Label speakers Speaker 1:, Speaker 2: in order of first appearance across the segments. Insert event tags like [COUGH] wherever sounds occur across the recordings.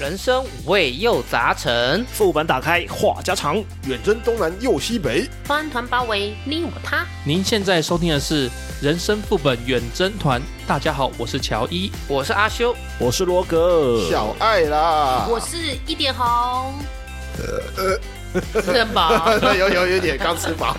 Speaker 1: 人生五味又杂陈，
Speaker 2: 副本打开话家常，
Speaker 3: 远征东南又西北，
Speaker 4: 团团包围你我他。
Speaker 5: 您现在收听的是《人生副本远征团》，大家好，我是乔伊。
Speaker 1: 我是阿修，
Speaker 2: 我是罗格。
Speaker 3: 小爱啦，。
Speaker 2: 啊
Speaker 4: 我是一点红，吃很饱
Speaker 2: [LAUGHS]
Speaker 3: 有有有点刚吃饱，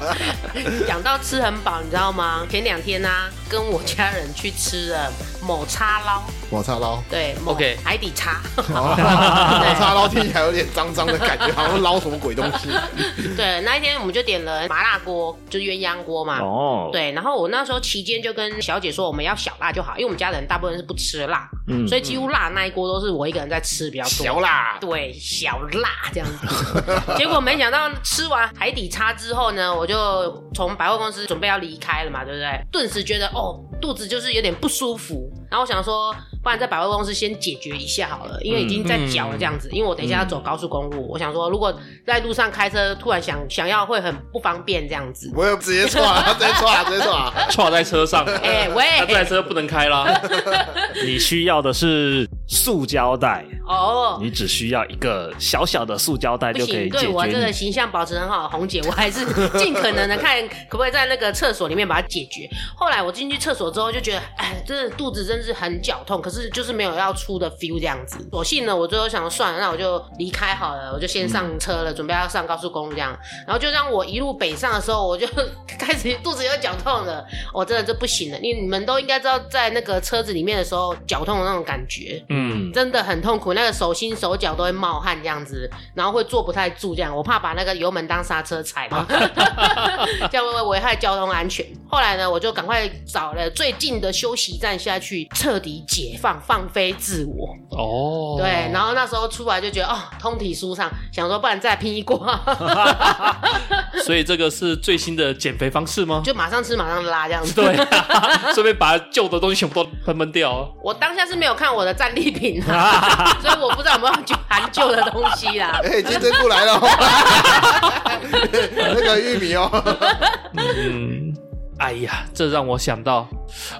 Speaker 4: 讲到吃很饱，你知道吗？前两天呢、跟我家人去吃了某叉捞，
Speaker 3: 我叉 [LAUGHS] 捞，
Speaker 4: 对某
Speaker 1: OK
Speaker 4: 海底叉，
Speaker 3: 我叉捞听起来有点脏脏的感觉，好像捞什么鬼东西。
Speaker 4: [LAUGHS] 对，那一天我们就点了麻辣锅，就是鸳鸯锅嘛。
Speaker 2: 哦，
Speaker 4: 对，然后我那时候期间就跟小姐说，我们要小辣就好，因为我们家人大部分是不吃辣，
Speaker 2: 嗯
Speaker 4: 所以几乎辣那一锅都是我一个人在吃比较多。
Speaker 3: 小啦，
Speaker 4: 对，小辣 [LAUGHS] 这样子。 [LAUGHS] 结果没想到吃完海底叉之后呢，我就从百货公司准备要离开了嘛，对不对？顿时觉得哦，肚子就是有点不舒服。然后我想说，不然在百货公司先解决一下好了，因为已经在脚了这样子。因为我等一下要走高速公路，我想说，如果在路上开车，突然想想要会很不方便这样子。
Speaker 3: 我有直接错 [LAUGHS] 了，直接错了，直接错了。
Speaker 5: 踹在
Speaker 4: [LAUGHS]
Speaker 5: 车上，
Speaker 4: 哎、
Speaker 5: 那这台
Speaker 4: 喂，
Speaker 5: 车不能开
Speaker 4: [LAUGHS]
Speaker 5: 啦。
Speaker 2: 你需要的是塑胶袋，
Speaker 4: 哦，
Speaker 2: 你只需要一个小小的塑胶袋
Speaker 4: 不
Speaker 2: 就可以
Speaker 4: 行，
Speaker 2: 解
Speaker 4: 对我这
Speaker 2: 决
Speaker 4: 个
Speaker 2: 你。
Speaker 4: 形象保持很好，红姐，我还是 [LAUGHS] 尽可能的看可不可以在那个厕所里面把它解决。后来我进去厕所之后就觉得，哎，真的肚子真是很绞痛，可是就是没有要出的 feel 这样子。索性呢，我最后想说算了，那我就离开好了，我就先上车了，准备要上高速公路这样。然后就让我一路北上的时候，我就 [LAUGHS] 开始肚子有绞痛了，我真的就不行了。你你们都应该知道，在那个车子里面的时候，绞痛的那种感觉。
Speaker 5: 嗯，
Speaker 4: 真的很痛苦，那个手心手脚都会冒汗这样子，然后会坐不太住这样，我怕把那个油门当刹车踩
Speaker 5: [LAUGHS]
Speaker 4: 嘛， [LAUGHS] 这样会危害交通安全。后来呢，我就赶快找了最近的休息站下去，彻底解放放飞自我。
Speaker 5: 哦，
Speaker 4: 对，然后那时候出来就觉得哦，通体舒畅，想说不然再拼一
Speaker 5: [LAUGHS]
Speaker 4: 锅，
Speaker 5: 所以这个是最新的减肥方式吗？
Speaker 4: 就马上吃马上拉这样子。
Speaker 5: [LAUGHS] 对、啊，顺便把旧的东西全部都喷喷掉。
Speaker 4: [LAUGHS]
Speaker 5: 哦
Speaker 4: 我当下是没有看我的战利品啊，
Speaker 5: [LAUGHS]
Speaker 4: 所以我不知道有没有含旧的东西啦。
Speaker 3: 哎，金针菇来 [LAUGHS] 了哦，那个玉米哦，
Speaker 5: 嗯，哎呀，这让我想到，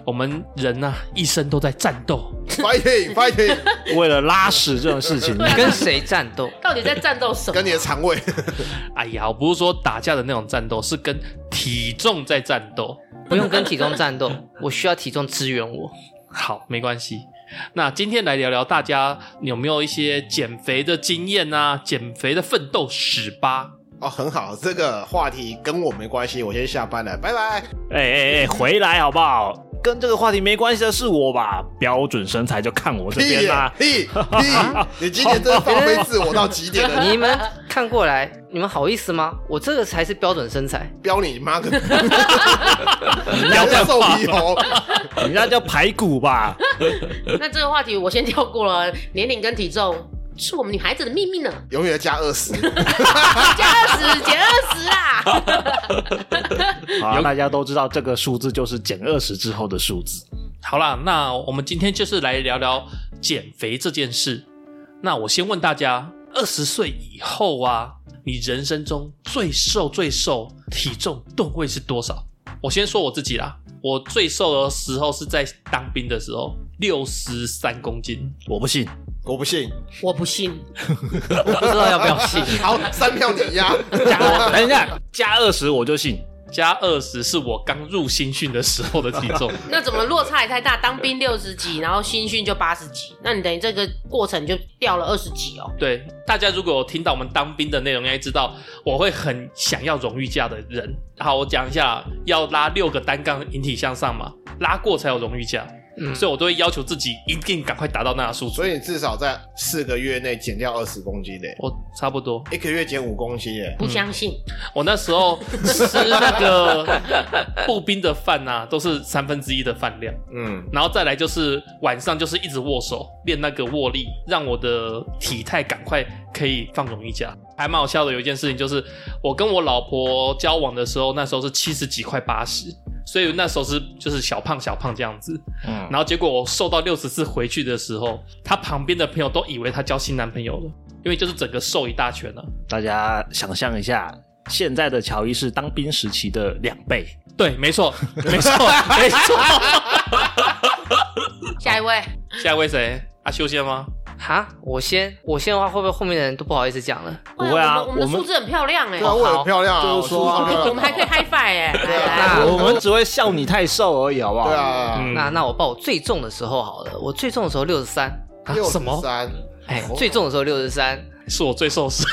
Speaker 5: 我们人呐、啊，一生都在战斗。
Speaker 3: fighting fighting，
Speaker 2: [LAUGHS] 为了拉屎这种事
Speaker 4: [LAUGHS]
Speaker 2: 情，
Speaker 1: 你跟谁战 [LAUGHS] 斗？
Speaker 4: 到底在战斗什么？啊
Speaker 3: 跟你的肠胃，
Speaker 5: 哎呀，我不是说打架的那种战斗，是跟体重在战斗。
Speaker 1: 不用跟体重战斗，我需要体重支援 [LAUGHS] 我。
Speaker 5: 好，没关系。那今天来聊聊大家有没有一些减肥的经验啊，减肥的奋斗史吧。
Speaker 3: 哦，很好，这个话题跟我没关系，我先下班了，拜拜。
Speaker 2: 哎哎哎，回来好不好？跟这个话题没关系的是我吧？标准身材就看我这
Speaker 3: 屁
Speaker 2: 边啦
Speaker 3: 耶。屁屁！你今年真的放飞自我到极 [LAUGHS] 点了，
Speaker 1: 你们看过来，你们好意思吗？我这个才是标准身材，
Speaker 3: 彪 [LAUGHS] 你妈个！ [LAUGHS] 你哦要叫瘦皮猴，
Speaker 2: 人家叫排骨吧？
Speaker 4: 那这个话题我先跳过了，年龄跟体重是我们女孩子的秘密呢，
Speaker 3: 永远加二十。
Speaker 4: 加二十减二十 [LAUGHS] 啦。
Speaker 2: 好啊，大家都知道这个数字就是减二十之后的数字。
Speaker 5: 好啦，那我们今天就是来聊聊减肥这件事。那我先问大家，二十岁以后啊，你人生中最瘦最瘦体重吨位是多少？我先说我自己啦，我最瘦的时候是在当兵的时候，六十三公斤。
Speaker 2: 我不信，
Speaker 3: 我不信，
Speaker 4: 我不信，
Speaker 1: 我不知道要不要信。
Speaker 3: [LAUGHS] 好，三票碾压。 [LAUGHS]
Speaker 2: 加 [LAUGHS] 等一下加二十我就信。
Speaker 5: 加二十是我刚入新训的时候的体重，
Speaker 4: 那怎么落差也太大？当兵六十几，然后新训就八十几，那你等于这个过程就掉了二十几哦。
Speaker 5: 对，大家如果有听到我们当兵的内容，应该知道我会很想要荣誉假的人。好，我讲一下，要拉六个单杠引体向上嘛，拉过才有荣誉假，
Speaker 1: 嗯，
Speaker 5: 所以我都会要求自己一定赶快达到那个数
Speaker 3: 所
Speaker 5: 字。
Speaker 3: 以你至少在四个月内减掉二十公斤嘞，
Speaker 5: 我差不多，
Speaker 3: 一个月减五公斤耶。
Speaker 4: 不相信，
Speaker 5: 我那时候吃那个步兵的饭呐、都是三分之一的饭量，
Speaker 3: 嗯，
Speaker 5: 然后再来就是晚上就是一直握手练那个握力，让我的体态赶快可以放容易假。还蛮好笑的，有一件事情就是我跟我老婆交往的时候，那时候是七十几块八十，所以那时候是就是小胖小胖这样子。
Speaker 2: 嗯，
Speaker 5: 然后结果我瘦到六十四回去的时候，她旁边的朋友都以为她交新男朋友了，因为就是整个瘦一大圈了、
Speaker 2: 大家想象一下，现在的乔伊是当兵时期的两倍。
Speaker 5: 对，没错，没
Speaker 3: [LAUGHS]
Speaker 5: 错，
Speaker 2: 哎
Speaker 5: 哎没错。
Speaker 4: 下一位，
Speaker 5: 啊下一位谁？阿修仙吗？
Speaker 1: 哈，我先我先的话，会不会后面的人都不好意思讲了？
Speaker 2: 不会啊
Speaker 4: 我们我们的
Speaker 2: 我们
Speaker 4: 数字很漂亮哎
Speaker 3: 对，啊，我也很漂亮啊，
Speaker 2: 就是说
Speaker 3: 我梳妆
Speaker 4: [LAUGHS] 我
Speaker 3: 漂
Speaker 4: 们
Speaker 3: 亮
Speaker 4: 还可以嗨 i 哎，来来，
Speaker 2: [LAUGHS]
Speaker 1: 那
Speaker 2: 我们只会笑你太瘦而已，好不好？
Speaker 3: 对啊
Speaker 2: 嗯
Speaker 1: 那那我报我最重的时候好了，我最重的时候六十三，
Speaker 5: 啊
Speaker 3: 六
Speaker 5: 什么？
Speaker 3: 三，
Speaker 1: 哎，最重的时候六十三， [LAUGHS]
Speaker 5: 是我最瘦时，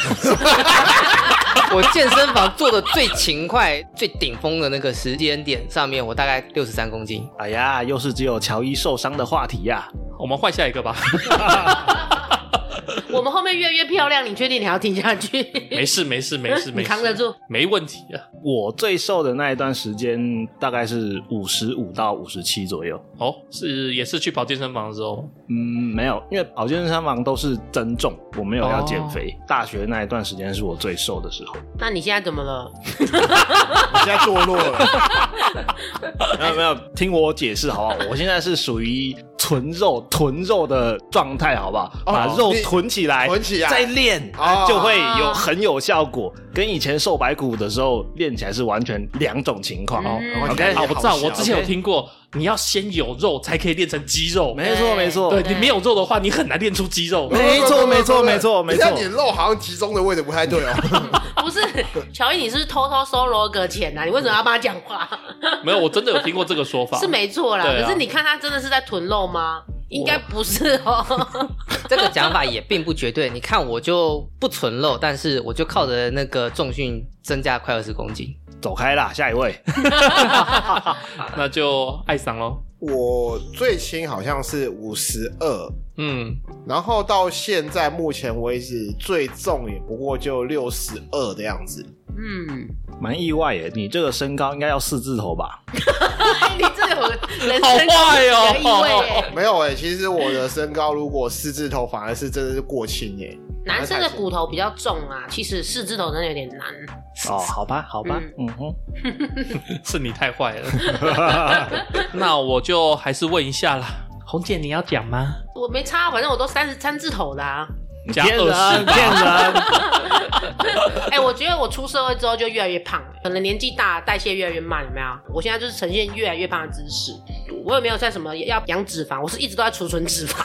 Speaker 1: 我健身房做的最勤快、最顶峰的那个时间点上面，我大概六十三公斤。
Speaker 2: 哎呀，又是只有乔伊受伤的话题呀、
Speaker 5: [LAUGHS] 我们换下一个吧。
Speaker 4: 我们后面越来越漂亮，你确定你还要听下去？
Speaker 5: 没事没事没事没
Speaker 4: 嗯你
Speaker 5: 事，
Speaker 4: 扛得住？
Speaker 5: 没问题啊。
Speaker 2: 我最瘦的那一段时间大概是五十五到五十七左右。
Speaker 5: 哦，是也是去跑健身房的时候吗，
Speaker 2: 嗯，没有，因为跑健身房都是增重，我没有要减肥。哦大学那一段时间是我最瘦的时候。
Speaker 4: 那你现在怎么了？ [LAUGHS]
Speaker 3: 你现在堕落了，
Speaker 2: 没有没有，听我解释好不
Speaker 3: [LAUGHS]
Speaker 2: 好？我现在是属于纯肉囤肉的状态，好不好？
Speaker 3: 哦
Speaker 2: 把肉
Speaker 3: 你
Speaker 2: 囤起来，
Speaker 3: 囤起来
Speaker 2: 再练，
Speaker 3: 哦
Speaker 2: 就会有很有效果。跟以前瘦白骨的时候练起来是完全两种情况。哦
Speaker 4: 嗯
Speaker 2: 我感觉
Speaker 5: 啊，我知道，
Speaker 3: 好小
Speaker 5: 我之前有
Speaker 2: OK
Speaker 5: 听过，你要先有肉才可以练成肌肉。
Speaker 2: 没错
Speaker 3: 哎
Speaker 2: 没错，
Speaker 5: 对
Speaker 4: 对
Speaker 5: 你没有肉的话，你很难练出肌肉。
Speaker 2: 没错没错没错没错
Speaker 3: 你看你肉好像集中的位置不太对哦，
Speaker 4: 不是，乔伊，你是不是偷偷收罗格钱呐、啊？你为什么要帮他讲话？
Speaker 5: 没有，我真的有听过这个说法。
Speaker 4: 是没错啦，
Speaker 5: 对啊
Speaker 4: 可是你看他真的是在囤肉吗？应该不是哦。 [LAUGHS]
Speaker 1: 这个讲法也并不绝对。你看，我就不存肉，但是我就靠着那个重训增加快二十公斤。
Speaker 2: 走开啦，下一位。
Speaker 5: 那就爱上喽。
Speaker 3: 我最轻好像是五十二，
Speaker 5: 嗯，
Speaker 3: 然后到现在目前为止最重也不过就六十二的样子，
Speaker 4: 嗯，
Speaker 2: 蛮意外耶，你这个身高应该要四字头吧？
Speaker 4: 哎，你这有人
Speaker 5: 好
Speaker 4: 生
Speaker 5: 坏哦
Speaker 4: 的意味耶。
Speaker 3: 没有哎、其实我的身高如果四字头反而是真的是过轻欸耶、
Speaker 4: [LAUGHS] 男生的骨头比较重啊，其实四字头真的有点难。
Speaker 2: 哦，好吧，好吧，嗯哼，
Speaker 5: 是你太坏 [LAUGHS] 了。那我就还是问一下啦，红姐，你要讲吗？
Speaker 4: 我没差，啊反正我都三十三字头的 [LAUGHS] 啊。
Speaker 5: 加
Speaker 2: 骗
Speaker 5: 20
Speaker 2: 人，
Speaker 5: 吧
Speaker 2: 骗人。 [LAUGHS]
Speaker 4: 哎、我觉得我出社会之后就越来越胖了，可能年纪大，代谢越来越慢，有没有？我现在就是呈现越来越胖的姿势。我也没有在什么要养脂肪，我是一直都在储存脂 [LAUGHS] 肪。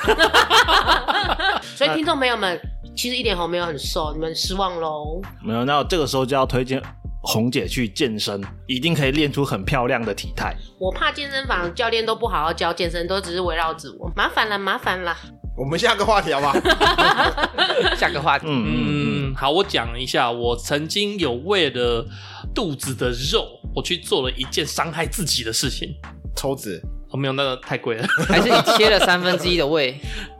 Speaker 4: 所以听众朋友们，其实一点红没有很瘦，你们失望喽。
Speaker 2: 没有，那这个时候就要推荐红姐去健身，一定可以练出很漂亮的体态。
Speaker 4: 我怕健身房教练都不好好教健身，都只是围绕着我，麻烦了，麻烦了。
Speaker 3: 我们下个话题好不
Speaker 5: [LAUGHS]
Speaker 3: 好？
Speaker 1: 下个话题，
Speaker 2: 嗯嗯
Speaker 5: 嗯，好，我讲一下，我曾经有为了肚子的肉，我去做了一件伤害自己的事情。
Speaker 3: 抽脂，
Speaker 5: 哦，没有，那个太贵了。
Speaker 1: 还是你切了三分之一的胃？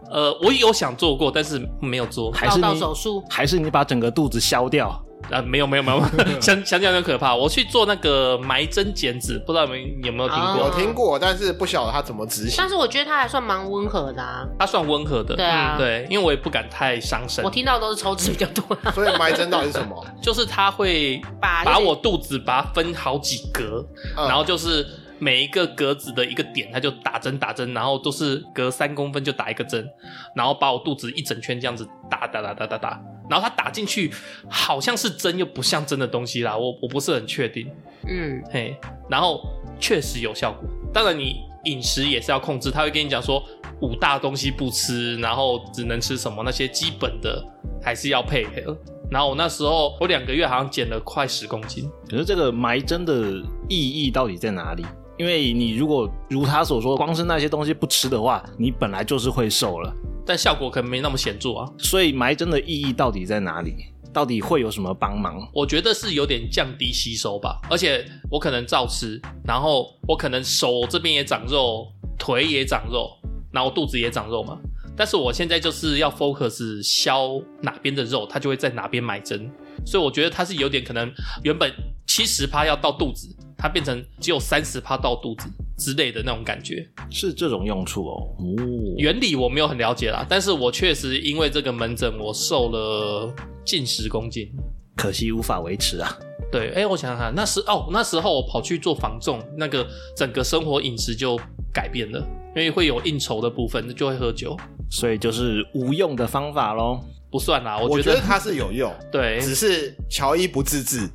Speaker 5: 呃，我有想做过，但是没有做。
Speaker 2: 还是
Speaker 4: 报道
Speaker 2: 你
Speaker 4: 手术
Speaker 2: 还是你把整个肚子削掉？
Speaker 5: 啊，没有没有没有， [LAUGHS] 想想讲有点可怕。我去做那个埋针减脂，不知道你们有没有听
Speaker 4: 哦
Speaker 5: 过？
Speaker 3: 有听过，但是不晓得他怎么执行
Speaker 5: [LAUGHS]
Speaker 4: 但。是我觉得他还算蛮温和的啊，
Speaker 5: 它算温和的，
Speaker 4: 对啊
Speaker 5: 嗯对，因为我也不敢太伤身
Speaker 4: 我，听到都是抽脂比较多、啊，
Speaker 3: 所以埋针到底是什么？
Speaker 5: 就是它会
Speaker 4: 把
Speaker 5: 把我肚子把它分好几格，
Speaker 3: 嗯
Speaker 5: 然后就是每一个格子的一个点，它就打针打针，然后都是隔三公分就打一个针，然后把我肚子一整圈这样子打打打打打打，然后它打进去好像是针又不像针的东西啦，我我不是很确定，
Speaker 4: 嗯，
Speaker 5: 嘿，然后确实有效果。当然，你饮食也是要控制，他会跟你讲说五大东西不吃，然后只能吃什么，那些基本的还是要配合。然后我那时候我两个月好像减了快十公斤，
Speaker 2: 可是这个埋针的意义到底在哪里？因为你如果如他所说，光是那些东西不吃的话，你本来就是会瘦了，
Speaker 5: 但效果可能没那么显著啊。
Speaker 2: 所以埋针的意义到底在哪里？到底会有什么帮忙？
Speaker 5: 我觉得是有点降低吸收吧，而且我可能照吃，然后我可能手这边也长肉，腿也长肉，然后肚子也长肉嘛。但是我现在就是要 focus 消哪边的肉，它就会在哪边埋针，所以我觉得它是有点可能原本七十趴要到肚子，它变成只有三十趴到肚子之类的那种感觉。
Speaker 2: 是这种用处哦。哦，
Speaker 5: 原理我没有很了解啦，但是我确实因为这个门诊，我瘦了近十公斤。
Speaker 2: 可惜无法维持啊。
Speaker 5: 对，哎、我想想看，那时哦，那时候我跑去做防重，那个整个生活饮食就改变了，因为会有应酬的部分，就会喝酒，
Speaker 2: 所以就是无用的方法喽。
Speaker 5: 不算啦。
Speaker 3: 我
Speaker 5: 我
Speaker 3: 觉
Speaker 5: 觉
Speaker 3: 得
Speaker 5: 得
Speaker 3: 他是
Speaker 5: [LAUGHS]
Speaker 3: 有用，
Speaker 5: 对，
Speaker 3: 只是乔伊不自制。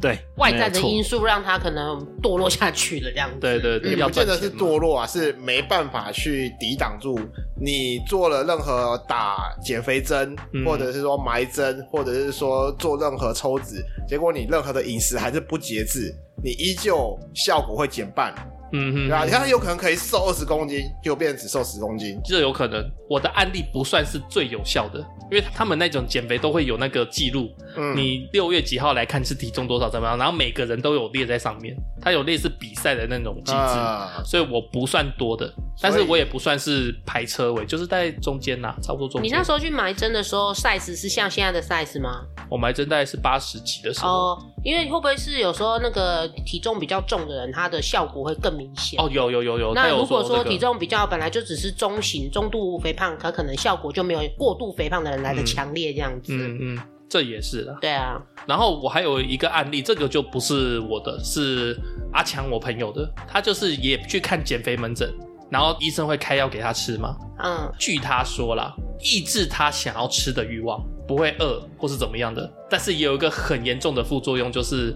Speaker 2: 对，
Speaker 4: 外
Speaker 2: [LAUGHS]
Speaker 4: 在的
Speaker 2: 没
Speaker 4: [LAUGHS]
Speaker 2: 有错
Speaker 4: 因素让他可能堕落下去了这样子。
Speaker 5: 对对对，
Speaker 4: 嗯
Speaker 5: 要
Speaker 3: 不见得
Speaker 5: 赚
Speaker 3: 是
Speaker 5: 钱嘛
Speaker 3: 堕落啊，是没办法去抵挡住你做了任何打减肥针，
Speaker 5: 嗯
Speaker 3: 或者是说埋针，或者是说做任何抽脂，结果你任何的饮食还是不节制，你依旧效果会减半，
Speaker 5: 嗯
Speaker 3: 对吧、啊
Speaker 5: 哼，
Speaker 3: 你看他有可能可以瘦二十公斤，就变成只瘦十公斤，
Speaker 5: 这有可能。我的案例不算是最有效的，因为他们那种减肥都会有那个记录，
Speaker 3: 嗯，
Speaker 5: 你六月几号来看是体重多少怎么样，然后每个人都有列在上面，它有类似比赛的那种机制。
Speaker 3: 啊
Speaker 5: 所以我不算多的，但是
Speaker 3: 所以
Speaker 5: 我也不算是排车尾，就是在中间呐、差不多中
Speaker 4: 你
Speaker 5: 间。
Speaker 4: 那时候去埋针的时候，size 是像现在的 size 吗？
Speaker 5: 我们还真大概是八十几的时候，
Speaker 4: 哦，因为会不会是有时候那个体重比较重的人，他的效果会更明显？
Speaker 5: 哦，有有有有。他
Speaker 4: 那
Speaker 5: 有
Speaker 4: 如果
Speaker 5: 说
Speaker 4: 说
Speaker 5: 这个
Speaker 4: 体重比较本来就只是中型、中度肥胖，可可能效果就没有过度肥胖的人来的
Speaker 5: 嗯
Speaker 4: 强烈这样子。
Speaker 5: 嗯嗯，这也是啦。
Speaker 4: 对啊，
Speaker 5: 然后我还有一个案例，这个就不是我的，是阿强我朋友的，他就是也去看减肥门诊，然后医生会开药给他吃嘛。
Speaker 4: 嗯，
Speaker 5: 据他说啦，抑制他想要吃的欲望，不会饿或是怎么样的，但是也有一个很严重的副作用，就是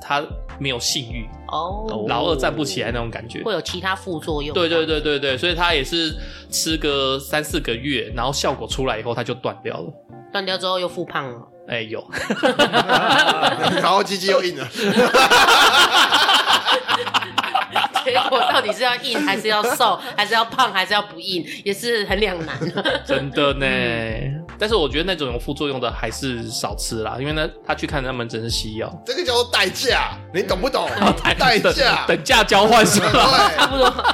Speaker 5: 他没有性欲，
Speaker 4: 哦，
Speaker 5: 老二站不起来那种感觉。
Speaker 4: 会有其他副作用。
Speaker 5: 对对对对对，所以他也是吃个三四个月，然后效果出来以后他就断掉了。
Speaker 4: 断掉之后又复胖了。 [LAUGHS]
Speaker 5: 哎、有，
Speaker 3: 然后鸡鸡又硬了， [LAUGHS]
Speaker 4: 结果到底是要硬还是要瘦，还是要胖还是要不硬，也是很两
Speaker 3: [LAUGHS]
Speaker 4: 难。
Speaker 5: 真的呢。
Speaker 3: 嗯
Speaker 5: 但是我觉得那种有副作用的还是少吃啦，因为呢，他去看他门诊是西药，
Speaker 3: 这个叫做代价，你懂不懂？代
Speaker 5: [LAUGHS] 等
Speaker 3: 价，
Speaker 5: 等价交换是吧？ [LAUGHS]
Speaker 3: 对。
Speaker 4: 不多，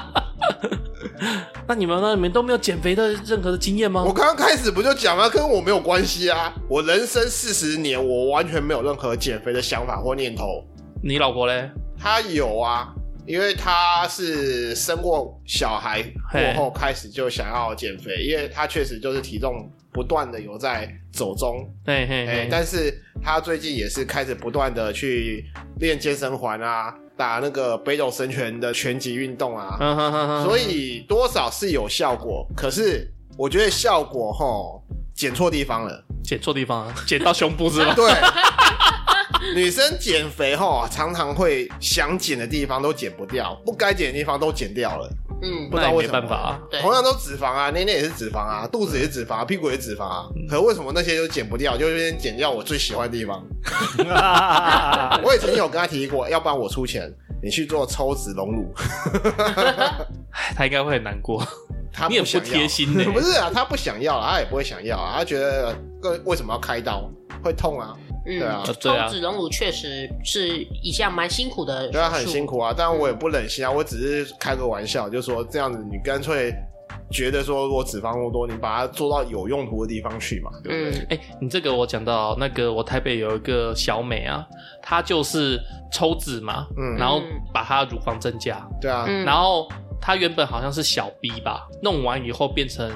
Speaker 5: 那你们呢？你们都没有减肥的任何的经验吗
Speaker 3: 我？刚刚开始不就讲了，跟我没有关系啊！我人生四十年，我完全没有任何减肥的想法或念头。
Speaker 5: 你老婆嘞？
Speaker 3: 他有啊，因为他是生过小孩过后开始就想要减肥，因为他确实就是体重不断的有在走中，
Speaker 5: 嘿
Speaker 3: 哎、
Speaker 5: 嘿嘿，
Speaker 3: 但是他最近也是开始不断的去练健身环啊，打那个北斗神拳的拳击运动啊，
Speaker 5: 嗯哼哼哼，
Speaker 3: 所
Speaker 5: 以
Speaker 3: 以多少是有效果，可是我觉得效果吼减错地方了。
Speaker 5: 减错地方了，减到胸部是吧？
Speaker 3: 对，女生减肥吼常常会想减的地方都减不掉，不该减的地方都减掉了，[LAUGHS]
Speaker 4: 嗯
Speaker 3: 不，知
Speaker 5: 那
Speaker 3: 道为
Speaker 5: 也没
Speaker 3: 什么。
Speaker 5: 办法啊。
Speaker 4: 对
Speaker 3: 同样都脂肪啊，内内也是脂肪啊，肚子也是脂肪啊，屁股也是脂肪啊，
Speaker 5: 嗯
Speaker 3: 可为什么那些都减不掉，就是减掉我最喜欢的地方？ [LAUGHS] 我也曾经有跟他提过，要不然我出钱，你去做抽脂隆乳， [LAUGHS]
Speaker 5: 他应该会很难过， [LAUGHS]
Speaker 3: 他
Speaker 5: 你也
Speaker 3: 想
Speaker 5: 不
Speaker 3: 要
Speaker 5: 贴心呢、
Speaker 3: [LAUGHS] 不是啊，他不想要啊，他也不会想要啊，他觉得呃为什么要开刀？会痛啊，
Speaker 4: 嗯
Speaker 3: 对啊
Speaker 5: 对啊
Speaker 4: 抽脂隆乳确实是一项蛮辛苦的手术，
Speaker 3: 对他很辛苦啊，但我也不忍心啊，我只是开个玩笑，就说这样子，你干脆觉得说，如果脂肪过多，你把它做到有用途的地方去嘛，对不对？
Speaker 4: 嗯，
Speaker 5: 哎、你这个我讲到那个，我台北有一个小美啊，她就是抽脂嘛，
Speaker 3: 嗯
Speaker 5: 然后把她乳房增加，
Speaker 3: 对啊，
Speaker 4: 嗯
Speaker 5: 然后她原本好像是小 B 吧，弄完以后变成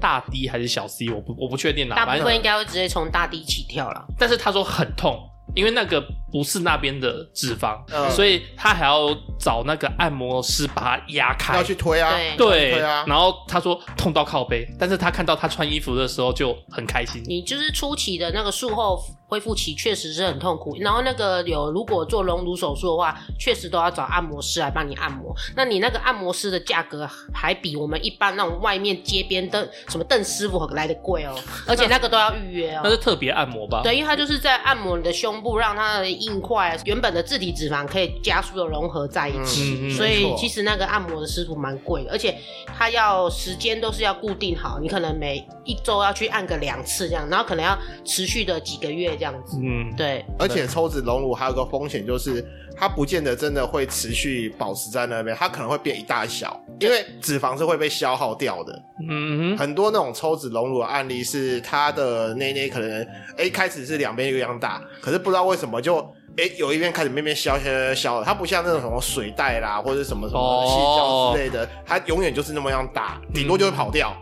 Speaker 5: 大 D 还是小 C，我不我不确定啦，
Speaker 4: 大
Speaker 5: 反
Speaker 4: 部
Speaker 5: 正
Speaker 4: 分应该会直接从大地起跳了。
Speaker 5: 但是她说很痛，因为那个不是那边的脂肪，
Speaker 3: 嗯
Speaker 5: 所以她还要找那个按摩师把它压开
Speaker 3: 要。去推啊，
Speaker 4: 对
Speaker 5: 对，
Speaker 3: 对啊
Speaker 5: 然后她说痛到靠背，但是她看到她穿衣服的时候就很开心。
Speaker 4: 你就是初期的那个术后恢复期，确实是很痛苦。然后那个有如果做隆乳手术的话，确实都要找按摩师来帮你按摩。那你那个按摩师的价格还比我们一般那种外面街边邓什么邓师傅来的贵哦，而且那个都要预约哦
Speaker 5: 那。 [LAUGHS] 是特别按摩吧？
Speaker 4: 对，因为它就是在按摩你的胸部，让它的硬块啊原本的自体脂肪可以加速的融合在一起，
Speaker 5: 嗯嗯嗯
Speaker 4: 所
Speaker 3: 没
Speaker 4: 以
Speaker 3: 错
Speaker 4: 其实那个按摩的师傅蛮贵的，而且他要时间都是要固定好，你可能每一周要去按个两次这样，然后可能要持续的几个月这样子。
Speaker 5: 嗯，
Speaker 4: 对，
Speaker 3: 而且抽脂隆乳还有个风险，就是它不见得真的会持续保持在那边，它可能会变一大小，因为脂肪是会被消耗掉的。
Speaker 5: 嗯哼，
Speaker 3: 很多那种抽脂隆乳的案例是，它的内内可能哎、一开始是两边一样大，可是不知道为什么就哎、有一边开始慢慢消消消消了，它不像那种什么水袋啦或者什么什么细胶之类的，它永远就是那么样大，顶多就会跑掉。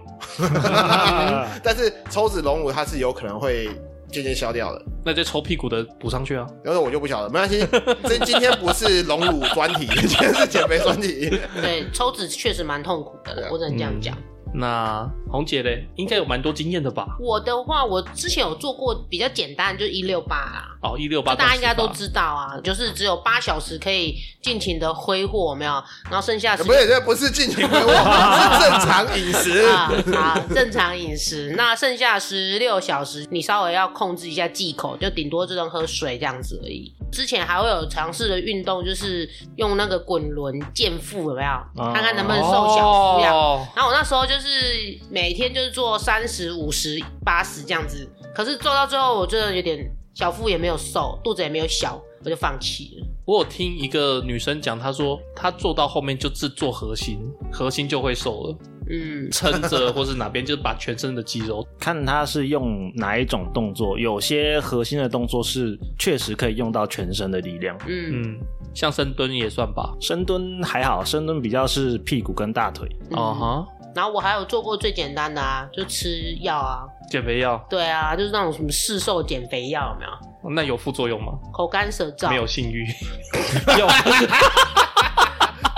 Speaker 4: 嗯
Speaker 3: 但是抽脂隆乳它是有可能会渐渐消掉的。
Speaker 5: 那再抽屁股的补上去啊。
Speaker 3: 然后我就不晓得，没关系，这今天不是隆乳专题，今天是减肥专题。
Speaker 4: 对，抽脂确实蛮痛苦的，我只能这样讲。
Speaker 5: 那红姐嘞，应该有蛮多经验的吧？
Speaker 4: 我的话，我之前有做过比较简单，就是一六八啦，
Speaker 5: 哦，一六
Speaker 4: 这
Speaker 5: 八，
Speaker 4: 大家应该都知道啊，就是只有八小时可以尽情的挥霍，有没有？然后剩下时
Speaker 3: 哎不
Speaker 4: 间
Speaker 3: 是，这不是进行规划，是正常饮食。
Speaker 4: 啊啊，正常饮食。那剩下十六小时，你稍微要控制一下忌口，就顶多只能喝水这样子而已。之前还会有尝试的运动，就是用那个滚轮健腹，有没有？
Speaker 2: 哦
Speaker 4: 看看能不能瘦小腹量。
Speaker 5: 哦
Speaker 4: 然后我那时候就是每天就是做三十五十八十这样子，可是做到最后，我真的有点小腹也没有瘦，肚子也没有小，我就放弃了。
Speaker 5: 我有听一个女生讲，她说她做到后面就只做核心，核心就会瘦了，
Speaker 4: 嗯，
Speaker 5: 撑着或是哪边就是把全身的肌肉。
Speaker 2: 看他是用哪一种动作，有些核心的动作是确实可以用到全身的力量。
Speaker 4: 嗯，
Speaker 5: 嗯，像深蹲也算吧。
Speaker 2: 深蹲还好，深蹲比较是屁股跟大腿。
Speaker 4: 嗯
Speaker 5: 啊哈，
Speaker 4: 然后我还有做过最简单的啊，就吃药啊，
Speaker 5: 减肥药
Speaker 4: 对啊，就是那种什么市售减肥药，有没有？
Speaker 5: 那有副作用吗？
Speaker 4: 口干舌燥，
Speaker 5: 没有，性欲，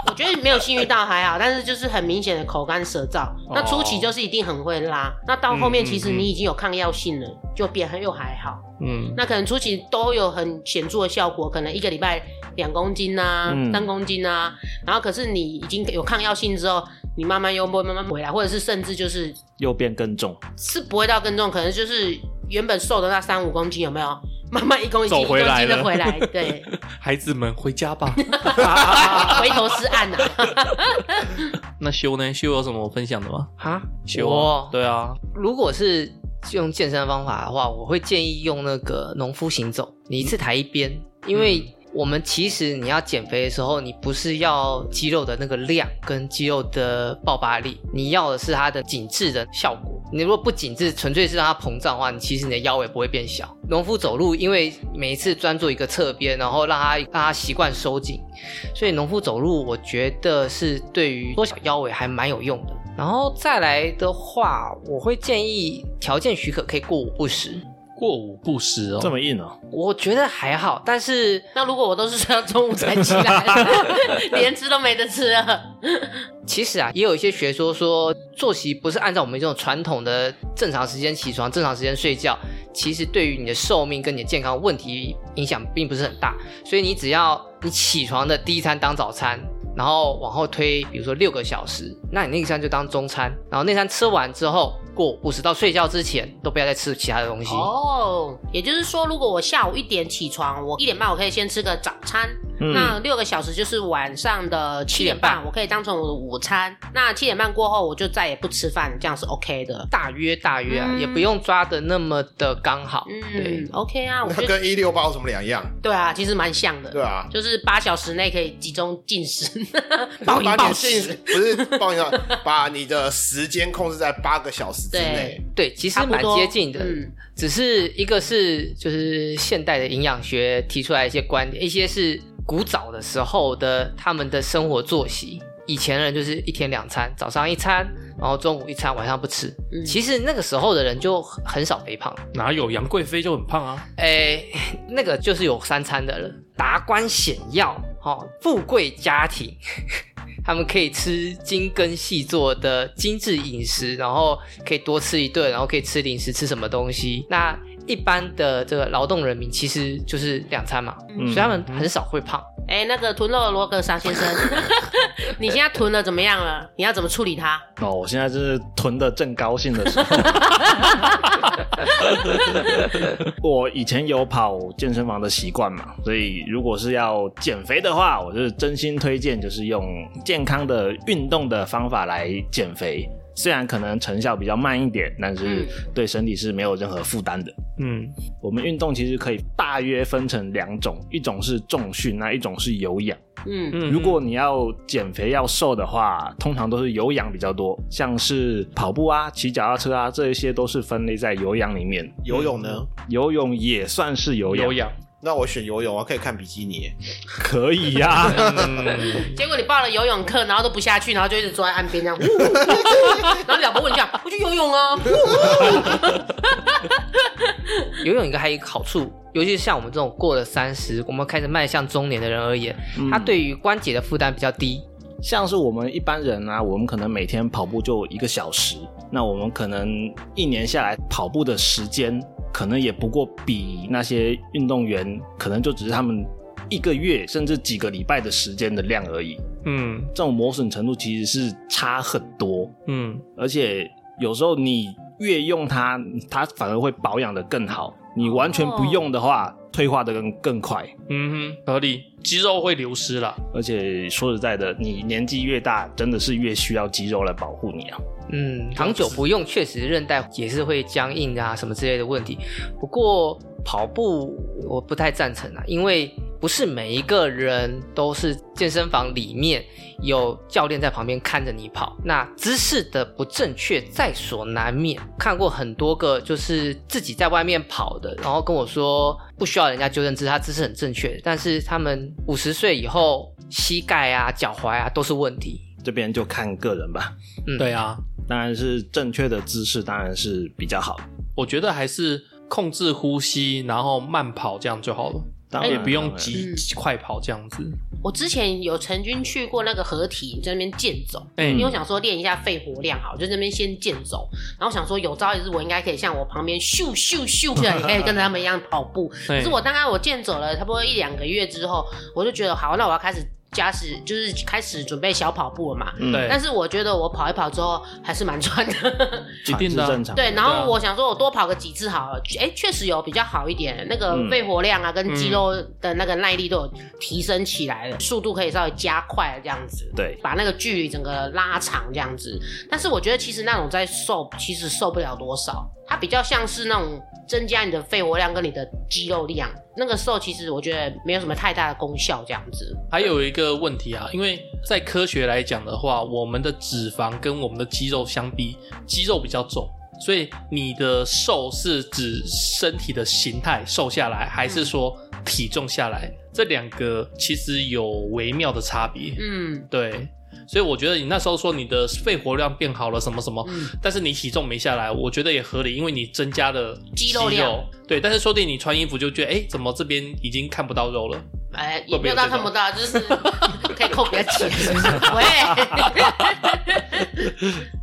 Speaker 4: 我觉得没有性欲倒还好，但是就是很明显的口干舌燥。那初期就是一定很会拉，那到后面其实你已经有抗药性了，就变又还好。
Speaker 5: 嗯，
Speaker 4: 那可能初期都有很显著的效果，可能一个礼拜两公斤啊，
Speaker 2: 嗯
Speaker 4: 三公斤啊，然后可是你已经有抗药性之后，你慢慢又会慢慢回来，或者是甚至就是
Speaker 2: 又变更重，
Speaker 4: 是不会到更重，可能就是原本瘦的那三五公斤有没有？慢慢一公斤一
Speaker 5: 走
Speaker 4: 公
Speaker 5: 回来
Speaker 4: 斤
Speaker 5: 了
Speaker 4: 的回来，对，
Speaker 5: 孩子们回家吧。
Speaker 4: 啊回头是岸呐、 [LAUGHS]
Speaker 5: 那修呢？修有什么分享的吗？
Speaker 1: 哈，
Speaker 5: 修啊
Speaker 1: 我，
Speaker 5: 对啊，
Speaker 1: 如果是用健身的方法的话，我会建议用那个农夫行走，你一次抬一边，因为我们其实你要减肥的时候，你不是要肌肉的那个量跟肌肉的爆发力，你要的是它的紧致的效果。你如果不紧致，纯粹是让它膨胀的话，你其实你的腰围不会变小。农夫走路，因为每一次专注一个侧边，然后让它让它习惯收紧，所以农夫走路，我觉得是对于缩小腰围还蛮有用的。然后再来的话，我会建议条件许可可以过午不食，
Speaker 5: 过午不食哦，
Speaker 2: 这么硬哦、
Speaker 1: 我觉得还好，但是
Speaker 4: 那如果我都是睡到中午才起来，连吃都没得吃了，
Speaker 1: 其实啊，也有一些学说说作息不是按照我们这种传统的正常时间起床、正常时间睡觉，其实对于你的寿命跟你的健康问题影响并不是很大。所以你只要你起床的第一餐当早餐，然后往后推，比如说六个小时，那你那一餐就当中餐，然后那餐吃完之后过五十到睡觉之前都不要再吃其他的东西。
Speaker 4: 哦，也就是说，如果我下午一点起床，我一点半我可以先吃个早餐，
Speaker 2: 嗯
Speaker 4: 那六个小时就是晚上的七点半，我可以当成我的午餐。那七点半过后，我就再也不吃饭，这样是 OK 的。
Speaker 1: 大约大约啊，
Speaker 4: 嗯
Speaker 1: 也不用抓的那么的刚好。对
Speaker 4: 嗯，，OK 啊，我
Speaker 3: 那
Speaker 4: 觉得
Speaker 3: 跟一六八有什么两样？
Speaker 4: 对啊，其实蛮像的，
Speaker 3: 对啊，
Speaker 4: 就是八小时内可以集中进食，暴饮
Speaker 3: 把
Speaker 4: 暴
Speaker 3: 你进
Speaker 4: 食，
Speaker 3: 不是暴饮暴食，把你的 [LAUGHS] 时间控制在八个小时之内。
Speaker 1: 对，其实
Speaker 4: 差不
Speaker 1: 蛮
Speaker 4: 多
Speaker 1: 接近的。
Speaker 4: 嗯
Speaker 1: 只是一个是就是现代的营养学提出来一些观点，一些是古早的时候的他们的生活作息。以前人就是一天两餐，早上一餐，然后中午一餐，晚上不吃。
Speaker 4: 嗯
Speaker 1: 其实那个时候的人就很很少肥胖，
Speaker 5: 哪有杨贵妃就很胖啊？
Speaker 1: 哎， [LAUGHS] 那个就是有三餐的人，达官显要，哦，富贵家庭， [LAUGHS] 他们可以吃精耕细作的精致饮食，然后可以多吃一顿，然后可以吃零食，吃什么东西？那一般的这个劳动人民其实就是两餐嘛，
Speaker 2: 嗯
Speaker 1: 所以他们很少会胖。 [LAUGHS]
Speaker 4: 哎、那个囤肉的罗格沙先生， [LAUGHS] 你现在囤了怎么样了？你要怎么处理它？
Speaker 2: 哦，我现在就是囤的正高兴的时候。 [LAUGHS] 我以前有跑健身房的习惯嘛，所以如果是要减肥的话，我是真心推荐就是用健康的运动的方法来减肥。虽然可能成效比较慢一点，但是
Speaker 4: 嗯
Speaker 2: 对身体是没有任何负担的。
Speaker 5: 嗯，
Speaker 2: 我们运动其实可以大约分成两种，一种是重训，那一种是有氧。
Speaker 4: 嗯
Speaker 5: 嗯
Speaker 2: 如果你要减肥要瘦的话，通常都是有氧比较多，像是跑步啊、骑脚踏车啊，这一些都是分类在有氧里面。
Speaker 3: 游泳呢？
Speaker 2: 游泳也算是有氧，
Speaker 5: 有氧，
Speaker 3: 那我选游泳啊，可以看比基尼。
Speaker 2: 可以啊
Speaker 5: [LAUGHS]
Speaker 2: 呀、
Speaker 5: 嗯，
Speaker 4: 结果你报了游泳课，然后都不下去，然后就一直坐在岸边这样。然后你老婆问你这样，我去游泳啊。
Speaker 1: 游泳一个还有一个好处，尤其是像我们这嗯种过了三十，我们开始迈向中年的人而言，它对于关节的负担比较低。
Speaker 2: 嗯像是我们一般人啊，我们可能每天跑步就一个小时，那我们可能一年下来跑步的时间，可能也不过比那些运动员，可能就只是他们一个月甚至几个礼拜的时间的量而已。
Speaker 5: 嗯
Speaker 2: 这种磨损程度其实是差很多，
Speaker 5: 嗯，
Speaker 2: 而且有时候你越用它，它反而会保养的更好。你完全不用的话，退化的更更快。
Speaker 5: 嗯哼，合理，肌肉会流失啦。
Speaker 2: 而且说实在的，你年纪越大，真的是越需要肌肉来保护你啊。
Speaker 1: 嗯，长久不用，确实韧带也是会僵硬啊，什么之类的问题。不过跑步我不太赞成啊，因为不是每一个人都是健身房里面有教练在旁边看着你跑，那姿势的不正确在所难免。看过很多个就是自己在外面跑的，然后跟我说不需要人家纠正姿势，他姿势很正确，但是他们五十岁以后膝盖啊、脚踝啊都是问题。
Speaker 2: 这边就看个人吧，
Speaker 1: 嗯，
Speaker 5: 对啊，
Speaker 2: 当然是正确的姿势当然是比较好。
Speaker 5: 我觉得还是控制呼吸，然后慢跑这样就好了，
Speaker 2: 当然
Speaker 5: 哎也不
Speaker 2: 当
Speaker 5: 用
Speaker 2: 然
Speaker 5: 急
Speaker 4: 嗯
Speaker 5: 急快跑这样子。
Speaker 4: 我之前有曾经去过那个合体，在那边健走，
Speaker 5: 哎
Speaker 4: 因为我嗯想说练一下肺活量，好，我就在那边先健走。然后想说有朝一日我应该可以像我旁边咻咻咻这样，也可以跟着他们一样跑步。可
Speaker 5: 对
Speaker 4: 是我大概我健走了差不多一两个月之后，我就觉得好，那我要开始加时，就是开始准备小跑步了嘛。
Speaker 2: 嗯
Speaker 5: 对
Speaker 4: 但是我觉得我跑一跑之后还是蛮喘的， [LAUGHS]
Speaker 5: 一定
Speaker 2: 喘
Speaker 5: 的
Speaker 2: 是呃正常的
Speaker 4: 对。然后我想说，我多跑个几次好了，哎，确实有比较好一点，那个
Speaker 2: 嗯
Speaker 4: 肺活量啊，跟肌肉的那个耐力都有提升起来了，速度可以稍微加快了这样子。
Speaker 2: 对
Speaker 4: 把那个距离整个拉长这样子。但是我觉得其实那种在瘦，其实瘦不了多少，它比较像是那种增加你的肺活量跟你的肌肉量。那个瘦其实我觉得没有什么太大的功效这样子。
Speaker 5: 还有一个问题啊，因为在科学来讲的话，我们的脂肪跟我们的肌肉相比，肌肉比较重，所以你的瘦是指身体的形态瘦下来，还是说体重下来？这两个其实有微妙的差别。
Speaker 4: 嗯
Speaker 5: 对，所以我觉得你那时候说你的肺活量变好了什么什么，
Speaker 4: 嗯，
Speaker 5: 但是你体重没下来，我觉得也合理，因为你增加了
Speaker 4: 肌肉量
Speaker 5: 对，但是说不定你穿衣服就觉得，哎，怎么这边已经看不到肉了？
Speaker 4: 哎，
Speaker 5: 会
Speaker 4: 也
Speaker 5: 不
Speaker 4: 没有
Speaker 5: 会有
Speaker 4: 到
Speaker 5: 这种
Speaker 4: 看不到，就是可以扣比较起来。喂，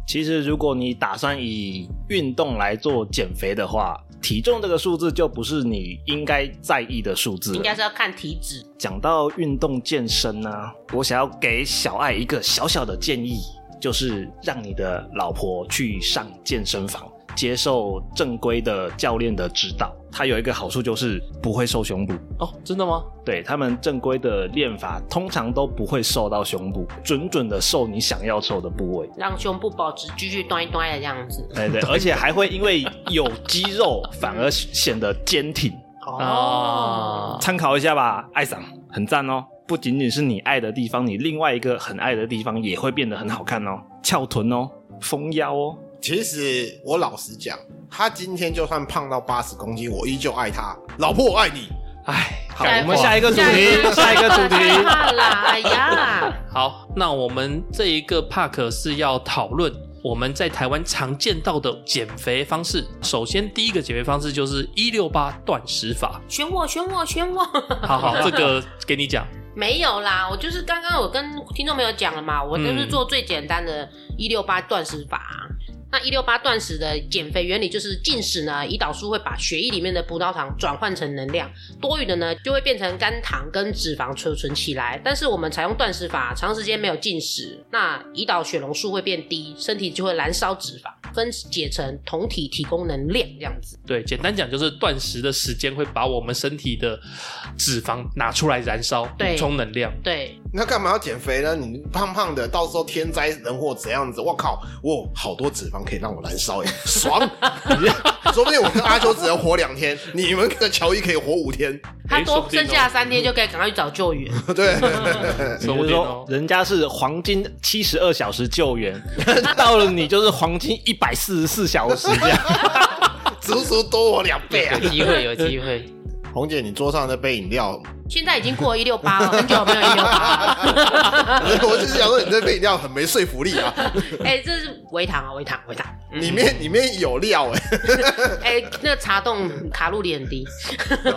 Speaker 2: 其实，如果你打算以运动来做减肥的话，体重这个数字就不是你应该在意的数字了。
Speaker 4: 应该是要看体脂。
Speaker 2: 讲到运动健身呢、我想要给小爱一个小小的建议，就是让你的老婆去上健身房，接受正规的教练的指导。它有一个好处就是不会瘦胸部。
Speaker 5: 哦，真的吗？
Speaker 2: 对他们正规的练法，通常都不会瘦到胸部，准准的瘦你想要瘦的部位。哎
Speaker 4: 让胸部保持继续端一端的这样子，
Speaker 2: 对对，而且还会因为有肌肉，反而显得坚挺。
Speaker 4: 哦
Speaker 5: 啊，
Speaker 2: 参考一下吧，爱赏很赞哦。不仅仅是你爱的地方，你另外一个很爱的地方也会变得很好看哦，翘臀哦，丰腰哦。
Speaker 3: 其实我老实讲，他今天就算胖到八十公斤，我依旧爱他。老婆，我爱你。
Speaker 2: 哎，好，
Speaker 4: 下一
Speaker 2: 我们下一个主
Speaker 4: 下一
Speaker 2: 题
Speaker 4: 个， [LAUGHS]
Speaker 2: 下一个主
Speaker 4: 太
Speaker 2: 题。
Speaker 4: 胖啦！哎呀，
Speaker 5: 好，那我们这一个 park 是要讨论我们在台湾常见到的减肥方式。首先，第一个减肥方式就是一六八断食
Speaker 4: [LAUGHS]
Speaker 5: 法。
Speaker 4: 选我，选我，选我！
Speaker 5: 好好，这个给你讲。
Speaker 4: 没有啦，我就是刚刚我跟听众朋友讲了嘛，我就是做最简单的一六八断食法啊。那一六八断食的减肥原理就是进食呢，胰岛素会把血液里面的葡萄糖转换成能量，多余的呢就会变成肝糖跟脂肪储存起来。但是我们采用断食法，长时间没有进食，那胰岛血容数会变低，身体就会燃烧脂肪，分解成酮体提供能量这样子。
Speaker 5: 对，简单讲就是断食的时间会把我们身体的脂肪拿出来燃烧，补
Speaker 4: 对
Speaker 5: 充能量。
Speaker 4: 对，
Speaker 3: 那干嘛要减肥呢？你胖胖的，到时候天灾人祸怎样子？我靠，我有好多脂肪可以让我燃烧哎，爽！ [LAUGHS] 说不定我跟阿修只能活两天，你们跟乔伊可以活五天。
Speaker 4: 他
Speaker 5: 诶说
Speaker 4: 多
Speaker 5: 不定哦
Speaker 4: 剩下三天就可以赶快去找救援。
Speaker 3: 对， [LAUGHS]
Speaker 2: 你
Speaker 5: 说不
Speaker 2: 就
Speaker 5: 定
Speaker 2: 说
Speaker 5: 哦，
Speaker 2: 人家是黄金七十二小时救援， [LAUGHS] 到了你就是黄金一百四十四小时这样。
Speaker 3: 足足多我两倍啊
Speaker 1: 有！机会，有机会。
Speaker 3: 红姐，你桌上那杯饮料， [LAUGHS]
Speaker 4: 现在已经过了一六
Speaker 5: [LAUGHS]
Speaker 4: 八了，很久没有一六八了。
Speaker 3: 我就是想说你这杯饮料很没说服力啊。
Speaker 4: 哎、这是微糖啊，微糖，微糖。
Speaker 3: 里面里面有料哎、
Speaker 4: 哎、那茶冻卡路里很
Speaker 5: [LAUGHS]
Speaker 4: 低，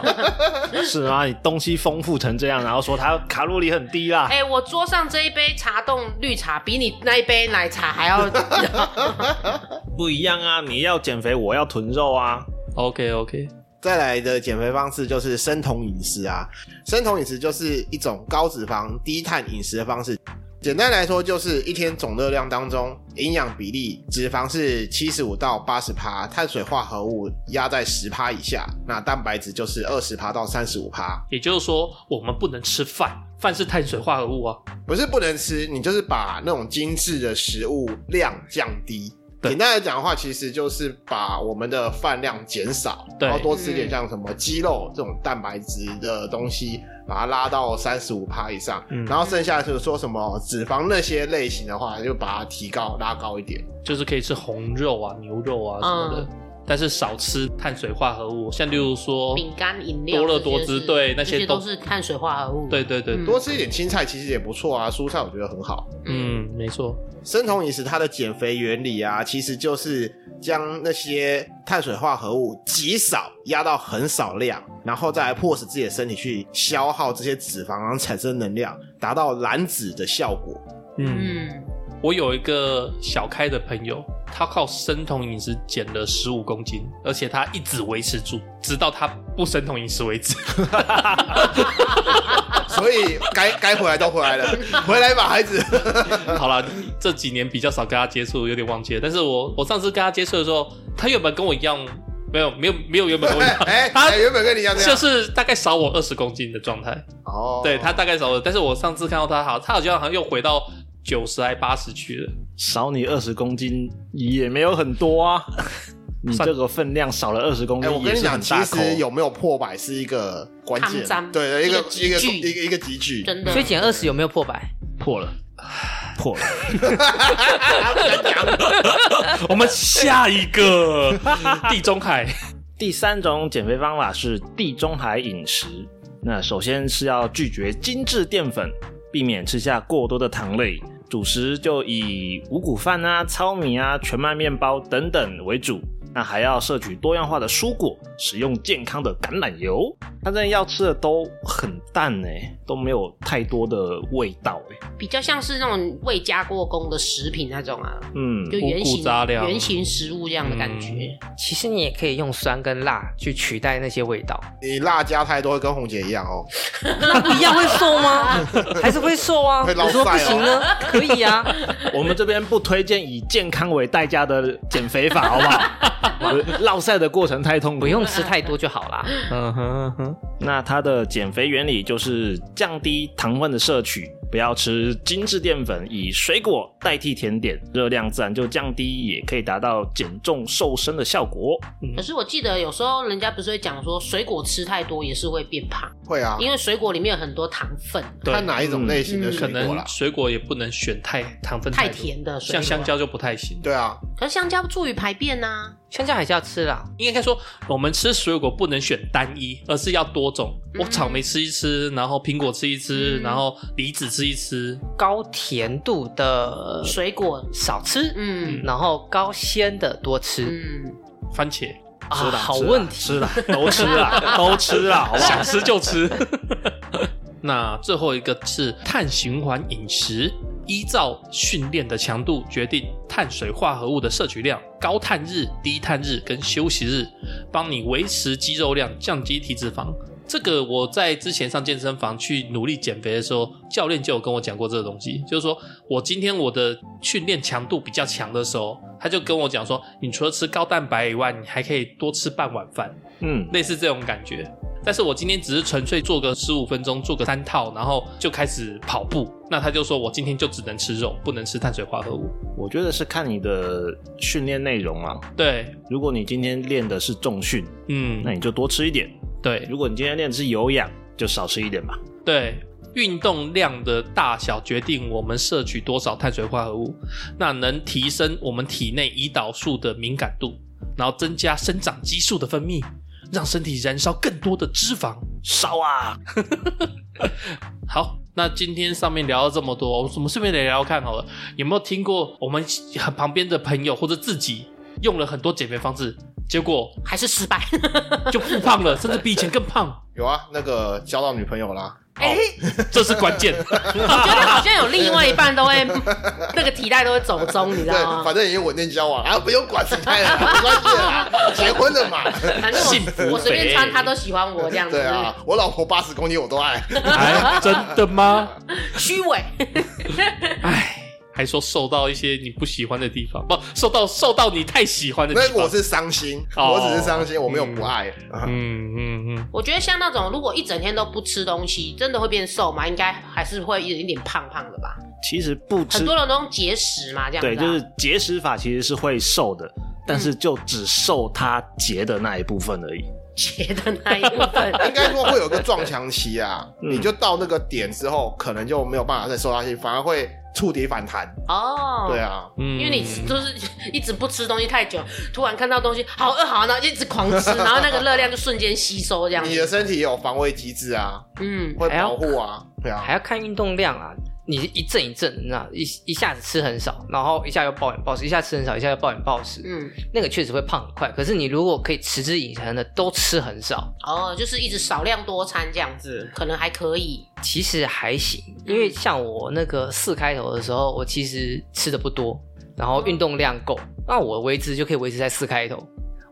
Speaker 2: [LAUGHS] 是啊，你东西丰富成这样，然后说它卡路里很低啦
Speaker 4: 哎、，我桌上这一杯茶冻绿茶比你那一杯奶茶还
Speaker 5: [LAUGHS]
Speaker 4: 要，
Speaker 2: 不一样啊！你要减肥，我要囤肉啊。
Speaker 5: OK OK，
Speaker 3: 再来的减肥方式就是生酮饮食啊，生酮饮食就是一种高脂肪、低碳饮食的方式。简单来说，就是一天总热量当中，营养比例脂肪是七十五到八十趴，碳水化合物压在十趴以下，那蛋白质就是二十趴到三十五趴。
Speaker 5: 也就是说我们不能吃饭，饭是碳水化合物啊。
Speaker 3: 不是不能吃，你就是把那种精致的食物量降低。
Speaker 5: 对
Speaker 3: 简单来讲的话，其实就是把我们的饭量减少，
Speaker 5: 对
Speaker 3: 然后多吃点
Speaker 4: 嗯
Speaker 3: 像什么鸡肉这种蛋白质的东西，把它拉到三十五趴以上，
Speaker 5: 嗯
Speaker 3: 然后剩下就是说什么脂肪那些类型的话，就把它提高拉高一点。
Speaker 5: 就是可以吃红肉啊、牛肉啊什么的，但是少吃碳水化合物，像例如
Speaker 4: 嗯
Speaker 5: 说
Speaker 4: 饼干、饮料
Speaker 5: 多乐
Speaker 4: 这些
Speaker 5: 多汁
Speaker 4: 是
Speaker 5: 对那
Speaker 4: 这
Speaker 5: 些
Speaker 4: 些
Speaker 5: 都
Speaker 4: 都是碳水化合物。
Speaker 5: 对对对，
Speaker 4: 嗯
Speaker 3: 多吃一点青菜其实也不错啊，蔬菜我觉得很好。
Speaker 5: 嗯，没错，
Speaker 3: 生酮饮食它的减肥原理啊，其实就是将那些碳水化合物极少压到很少量，然后再来迫使自己的身体去消耗这些脂肪，然后产生能量，达到燃脂的效果。
Speaker 5: 嗯，
Speaker 4: 嗯，
Speaker 5: 我有一个小开的朋友，他靠生酮饮食减了十五公斤，而且他一直维持住，直到他不生酮饮食为止。 [LAUGHS]
Speaker 3: 所以该该回来都回来了，回来吧，孩子。
Speaker 5: 好了，这几年比较少跟他接触，有点忘记了。但是我我上次跟他接触的时候，他原本跟我一样，没有没有没有原 [LAUGHS] 本跟我一
Speaker 3: 哎
Speaker 5: 样，
Speaker 3: 哎、
Speaker 5: 他
Speaker 3: 哎原本跟你一样这样，
Speaker 5: 就是大概少我二十公斤的状态。
Speaker 3: 哦，
Speaker 5: 对他大概少了，但是我上次看到他好，他好像好像又回到九十还八十去了。
Speaker 2: 少你二十公斤也没有很多
Speaker 3: [LAUGHS]
Speaker 2: 啊，你这个分量少了二十公
Speaker 3: 哎、
Speaker 2: 斤
Speaker 3: 我跟
Speaker 2: 也
Speaker 3: 你
Speaker 2: 是
Speaker 3: 讲，
Speaker 2: 很
Speaker 3: 其
Speaker 2: 大口。
Speaker 3: 实有没有破百是一个关键
Speaker 4: 抗，战
Speaker 3: 对对，一个一
Speaker 4: 一
Speaker 3: 个
Speaker 4: 个
Speaker 3: 一
Speaker 4: 集聚
Speaker 3: 个一个集聚，
Speaker 4: 真的。
Speaker 1: 所以减二十有没有破百？
Speaker 2: 破了， [LAUGHS] 破
Speaker 3: [LAUGHS]
Speaker 2: 了。我们下一个
Speaker 5: 地中海，
Speaker 2: 第三种减肥方法是地中海饮食。那首先是要拒绝精致淀粉，避免吃下过多的糖类。主食就以五谷饭啊、糙米啊、全麦面包等等为主。那还要摄取多样化的蔬果，使用健康的橄榄油。反正要吃的都很淡哎、都没有太多的味道哎、
Speaker 4: 比较像是那种未加过工的食品那种啊，
Speaker 2: 嗯
Speaker 4: 就，原
Speaker 5: 五谷
Speaker 4: 型
Speaker 5: 杂粮
Speaker 4: 原型食物这样的感觉。
Speaker 5: 嗯
Speaker 1: 其实你也可以用酸跟辣去取代那些味道，
Speaker 3: 你辣加太多会跟红姐一样哦。
Speaker 1: [LAUGHS] 那不一样会瘦吗？ [LAUGHS] 还是会瘦啊？
Speaker 3: 会
Speaker 1: 有
Speaker 3: 老
Speaker 1: 什么不行呢？可以啊，
Speaker 2: 我们这边不推荐以健康为代价的减肥法，好不好？落晒 [LAUGHS] 的过程太痛苦，
Speaker 1: 不用吃太多就好啦。
Speaker 5: [LAUGHS] 嗯哼嗯哼，
Speaker 2: 那它的减肥原理就是降低糖分的摄取，不要吃精致淀粉，以水果代替甜点，热量自然就降低，也可以达到减重瘦身的效果。
Speaker 4: 可是我记得有时候人家不是会讲说，水果吃太多也是会变胖，
Speaker 3: 会啊，
Speaker 4: 因为水果里面有很多糖分，
Speaker 5: 对
Speaker 3: 看哪一种类型的
Speaker 4: 嗯
Speaker 3: 水
Speaker 5: 可
Speaker 3: 果啦
Speaker 5: 能。水果也不能选太糖分
Speaker 4: 太
Speaker 5: 多
Speaker 4: 甜的水果
Speaker 5: 嗯像香，蕉就不太行。
Speaker 3: 对啊，
Speaker 4: 可是香蕉助于排便啊呐、
Speaker 1: 香蕉还是要吃啦，
Speaker 5: 应该说，我们吃水果不能选单一，而是要多种。
Speaker 4: 嗯
Speaker 5: 我草莓吃一吃，然后苹果吃一吃，
Speaker 4: 嗯
Speaker 5: 然后梨子吃一吃。
Speaker 1: 高甜度的
Speaker 4: 水果，
Speaker 1: 少吃，
Speaker 4: 嗯
Speaker 1: 然后高鲜的多吃
Speaker 4: 嗯，
Speaker 5: 番茄
Speaker 1: 啊，
Speaker 2: 吃啦
Speaker 1: 好
Speaker 2: 吃啦
Speaker 1: 问题。
Speaker 2: 吃啦，都吃啦，都吃啦，好不好
Speaker 5: 想？吃就吃。 [LAUGHS] 那最后一个是碳循环饮食，依照训练的强度决定碳水化合物的摄取量，高碳日、低碳日跟休息日，帮你维持肌肉量，降低体脂肪。这个我在之前上健身房去努力减肥的时候，教练就有跟我讲过这个东西，就是说我今天我的训练强度比较强的时候，他就跟我讲说，你除了吃高蛋白以外，你还可以多吃半碗饭。
Speaker 2: 嗯，
Speaker 5: 类似这种感觉。但是我今天只是纯粹做个十五分钟，做个三套，然后就开始跑步。那他就说我今天就只能吃肉，不能吃碳水化合物。
Speaker 2: 我觉得是看你的训练内容啊。
Speaker 5: 对，
Speaker 2: 如果你今天练的是重训，
Speaker 5: 嗯
Speaker 2: 那，你就多吃一点；
Speaker 5: 对
Speaker 2: 如果你今天练的是有氧，就少吃一点吧。
Speaker 5: 对，运动量的大小决定我们摄取多少碳水化合物，那能提升我们体内胰岛素的敏感度，然后增加生长激素的分泌，让身体燃烧更多的脂肪。
Speaker 2: 烧啊！
Speaker 5: 好，那今天上面聊到这么多，我们顺便聊聊看好了，有没有听过我们旁边的朋友或者自己用了很多减肥方式，结果
Speaker 4: 还是失败。
Speaker 5: 就复胖了，甚至比以前更胖， [LAUGHS]
Speaker 3: 有啊，那个交到女朋友啦，
Speaker 4: 哎、
Speaker 5: 这是关键。
Speaker 4: 我觉得好像有另外一半都会那个体态都会走中，你知
Speaker 3: 对
Speaker 4: 道，吗
Speaker 3: 反？正已经稳定交往啊，不用管体态
Speaker 4: [LAUGHS]
Speaker 3: 了，没关系啦，结婚了嘛。
Speaker 4: 反正
Speaker 5: 幸福
Speaker 4: 我我随便穿，
Speaker 5: 肥
Speaker 4: 他都喜欢我这样子
Speaker 3: 对，啊，我老婆八十公斤我都
Speaker 5: [LAUGHS]
Speaker 3: 爱，
Speaker 5: 哎，真的吗？
Speaker 4: 虚伪。
Speaker 5: [LAUGHS] 哎，还说受到一些你不喜欢的地方，不受到受到你太喜欢的地
Speaker 3: 那
Speaker 5: 方。
Speaker 3: 我是伤心，
Speaker 5: 哦
Speaker 3: 我只是伤心，我没有不爱。
Speaker 5: 嗯嗯嗯，
Speaker 4: 我觉得像那种如果一整天都不吃东西，真的会变瘦吗？应该还是会有一点胖胖的吧。
Speaker 2: 其实不吃
Speaker 4: 很多人都用节食嘛，这样子、啊。
Speaker 2: 对，
Speaker 4: 嗯
Speaker 2: 就是节食法其实是会瘦的，但是就只瘦它节的那一部分而已。
Speaker 4: [LAUGHS] 节的那一部分。
Speaker 3: 应该说会有个撞墙期啊，
Speaker 2: 嗯
Speaker 3: 你就到那个点之后，可能就没有办法再瘦下去，反而会触底反弹。
Speaker 4: 哦，
Speaker 3: 对。啊，
Speaker 5: 嗯
Speaker 4: 因为你就是一直不吃东西太久，突然看到东西好饿好饿，然后一直狂吃，然后那个热量就瞬间吸收这样
Speaker 3: 你的
Speaker 4: 子。
Speaker 3: 身体也有防卫机制啊，
Speaker 4: 嗯，
Speaker 3: 会保护啊，对啊
Speaker 1: 还。要看运动量啊。你一阵一阵，那一一下子吃很少，然后一下又暴饮暴食，一下吃很少，一下又暴饮暴食，
Speaker 4: 嗯，
Speaker 1: 那个确实会胖很快。可是你如果可以持之以恒的都吃很少，
Speaker 4: 哦，就是一直少量多餐这样子，可能还可以。
Speaker 1: 其实还行。因
Speaker 4: 嗯
Speaker 1: 为像我那个四开头的时候，我其实吃的不多，然后运动量够，那我维持就可以维持在四开头。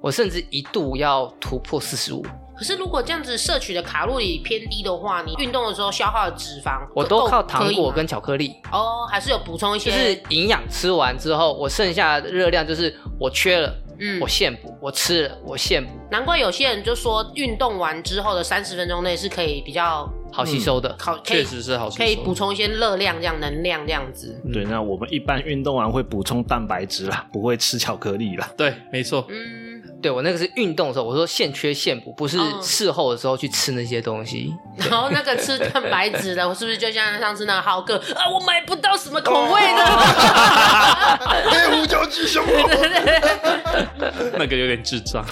Speaker 1: 我甚至一度要突破四十五，
Speaker 4: 可是如果这样子摄取的卡路里偏低的话，你运动的时候消耗的脂肪，
Speaker 1: 我都
Speaker 4: 够
Speaker 1: 靠糖
Speaker 4: 哦可以吗
Speaker 1: 果跟巧克力，
Speaker 4: 哦，还是有补充一些，
Speaker 1: 就是营养吃完之后，我剩下的热量就是我缺了，
Speaker 4: 嗯
Speaker 1: 我现补，我吃了，我现补，
Speaker 4: 难怪有些人就说运动完之后的三十分钟内是可以比较
Speaker 1: 好吸收的。
Speaker 4: 考，可
Speaker 5: 确
Speaker 4: 以
Speaker 5: 实是好吸收，
Speaker 4: 可以补充一些热量这样能量这样子。
Speaker 5: 嗯
Speaker 2: 对，那我们一般运动完会补充蛋白质啦，不会吃巧克力啦。
Speaker 5: 对，没错。
Speaker 4: 嗯，
Speaker 1: 对我那个是运动的时候，我说现缺现补，不是
Speaker 4: 嗯
Speaker 1: 事后的时候去吃那些东西。
Speaker 4: 然后那个吃蛋白质的，我是不是就像上次那个浩哥啊，我买不到什么口
Speaker 3: 哦
Speaker 4: 味的？
Speaker 3: [LAUGHS] 黑胡椒鸡胸
Speaker 4: [LAUGHS]
Speaker 3: 肉，
Speaker 5: 那个有点智障，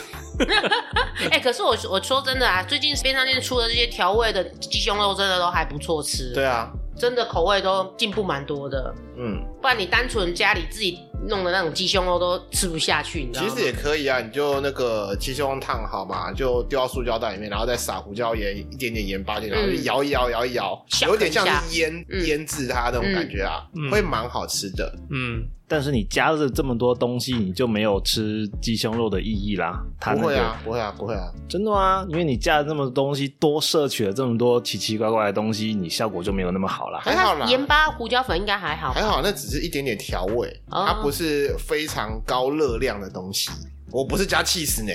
Speaker 4: 哎、可是我我说真的啊，最近便利商店出的这些调味的鸡胸肉真的都还不错吃，
Speaker 3: 对，啊，
Speaker 4: 真的口味都进步蛮多的。
Speaker 3: 嗯，
Speaker 4: 不然你单纯家里自己弄的那种鸡胸肉都吃不下去，你知道
Speaker 3: 其
Speaker 4: 吗？
Speaker 3: 实也可以啊，你就那个鸡胸烫好嘛，就丢到塑胶袋里面，然后再撒胡椒盐，一点点盐巴进去，然后就
Speaker 4: 嗯
Speaker 3: 摇一摇，摇一摇，
Speaker 4: 下
Speaker 3: 有点像
Speaker 4: 很
Speaker 3: 是腌
Speaker 4: 嗯
Speaker 3: 腌制它那种感觉啊
Speaker 5: 嗯，
Speaker 3: 会蛮好吃的。
Speaker 5: 嗯，
Speaker 2: 但是你加了这么多东西，你就没有吃鸡胸肉的意义啦。它
Speaker 4: 嗯
Speaker 3: 不
Speaker 2: 那
Speaker 3: 会
Speaker 2: 个、
Speaker 3: 啊，不会啊，不会啊，
Speaker 2: 真的啊，因为你加了这么多东西，多摄取了这么多奇奇怪怪的东西，你效果就没有那么好啦。
Speaker 3: 还好啦。
Speaker 4: 盐巴、胡椒粉应该还好吧
Speaker 3: 还。好，那只是一点点调味，
Speaker 4: 哦
Speaker 3: 它不是非常高热量的东西。我不是加气死
Speaker 4: [LAUGHS]
Speaker 3: 呢，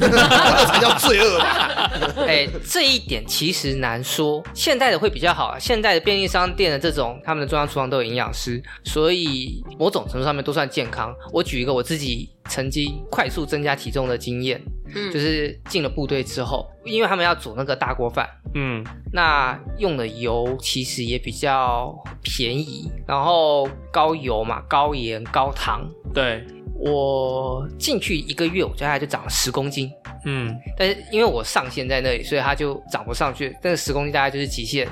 Speaker 3: 这才叫罪恶吧？
Speaker 1: [LAUGHS] 哎，这一点其实难说。现代的会比较好啊，现代的便利商店的这种，他们的中央厨房都有营养师，所以某种程度上面都算健康。我举一个我自己曾经快速增加体重的经验，
Speaker 4: 嗯，
Speaker 1: 就是进了部队之后，因为他们要煮那个大锅饭，
Speaker 5: 嗯，
Speaker 1: 那用的油其实也比较便宜，然后高油嘛，高盐高糖。
Speaker 5: 对，
Speaker 1: 我进去一个月，我大概就长了十公斤，
Speaker 5: 嗯，
Speaker 1: 但是因为我上限在那里，所以它就涨不上去。但是十公斤大概就是极限。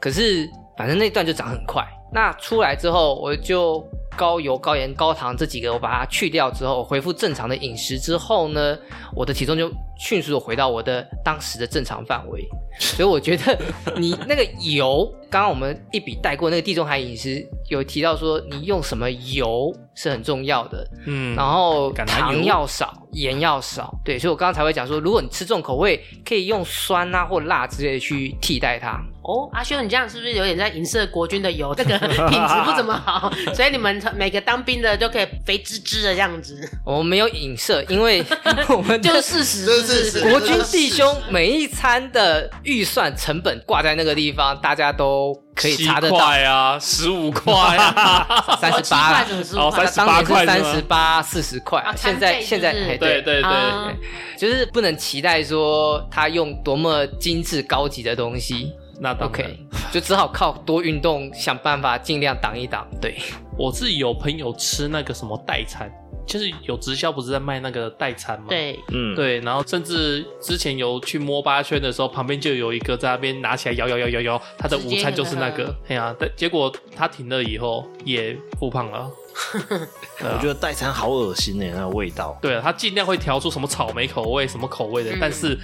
Speaker 1: 可是反正那段就涨很快。那出来之后，我就高油、高盐、高糖这几个我把它去掉之后，恢复正常的饮食之后呢，我的体重就迅速的回到我的当时的正常范围。所以我觉得你那个油，刚刚我们一笔带过那个地中海饮食有提到说，你用什么油是很重要的。
Speaker 5: 嗯，
Speaker 1: 然后
Speaker 5: 橄榄油
Speaker 1: 糖要少，盐要少，对，所以我刚刚才会讲说，如果你吃重口味，可以用酸啊或辣之类的去替代它。
Speaker 4: 哦，阿修，你这样是不是有点在影射国军的油？这个 [LAUGHS] 品质不怎么好，所以你们每个当兵的都可以肥滋滋的这样子，
Speaker 1: 我们没有影射，因为我
Speaker 5: [LAUGHS]
Speaker 1: 们
Speaker 4: 就
Speaker 1: 就是是
Speaker 4: 事实，
Speaker 3: 这
Speaker 4: 是不
Speaker 3: 是事实
Speaker 1: 国军弟兄每一餐的预算成本挂在那个地方，大家都可以
Speaker 5: 七
Speaker 1: 查得到。
Speaker 5: 块啊，十五块
Speaker 1: [LAUGHS]
Speaker 5: 啊，
Speaker 1: 三十
Speaker 4: [LAUGHS] 七块
Speaker 1: 八，
Speaker 4: 怎么啊十
Speaker 5: 哦
Speaker 4: 五块？
Speaker 5: 38
Speaker 1: 当年
Speaker 5: 块
Speaker 1: 是
Speaker 5: 是
Speaker 1: 三
Speaker 5: 吗
Speaker 1: 十八、四十块
Speaker 4: 啊，
Speaker 1: 现
Speaker 4: 餐
Speaker 1: 在
Speaker 4: 费
Speaker 1: 现在
Speaker 4: 是不是
Speaker 1: 哎
Speaker 5: 对对对，
Speaker 4: 啊
Speaker 1: 就是不能期待说他用多么精致高级的东西。
Speaker 5: 那当然
Speaker 1: OK，就只好靠多运动，想办法尽量挡一挡。对，
Speaker 5: 我自己有朋友吃那个什么代餐，就是有直销不是在卖那个代餐吗？。
Speaker 4: 对，
Speaker 2: 嗯，，
Speaker 5: 对，然后甚至之前有去摸八圈的时候，旁边就有一个在那边拿起来摇摇摇摇摇，他的午餐就是那
Speaker 4: 直接那
Speaker 5: 个
Speaker 4: 个，
Speaker 5: 哎呀、但结果他停了以后也复胖了，对
Speaker 2: 我
Speaker 5: 啊
Speaker 2: 觉得代餐好恶心哎、那个味道。
Speaker 5: 对啊，他尽量会调出什么草莓口味、什么口味的，
Speaker 4: 嗯
Speaker 5: 但是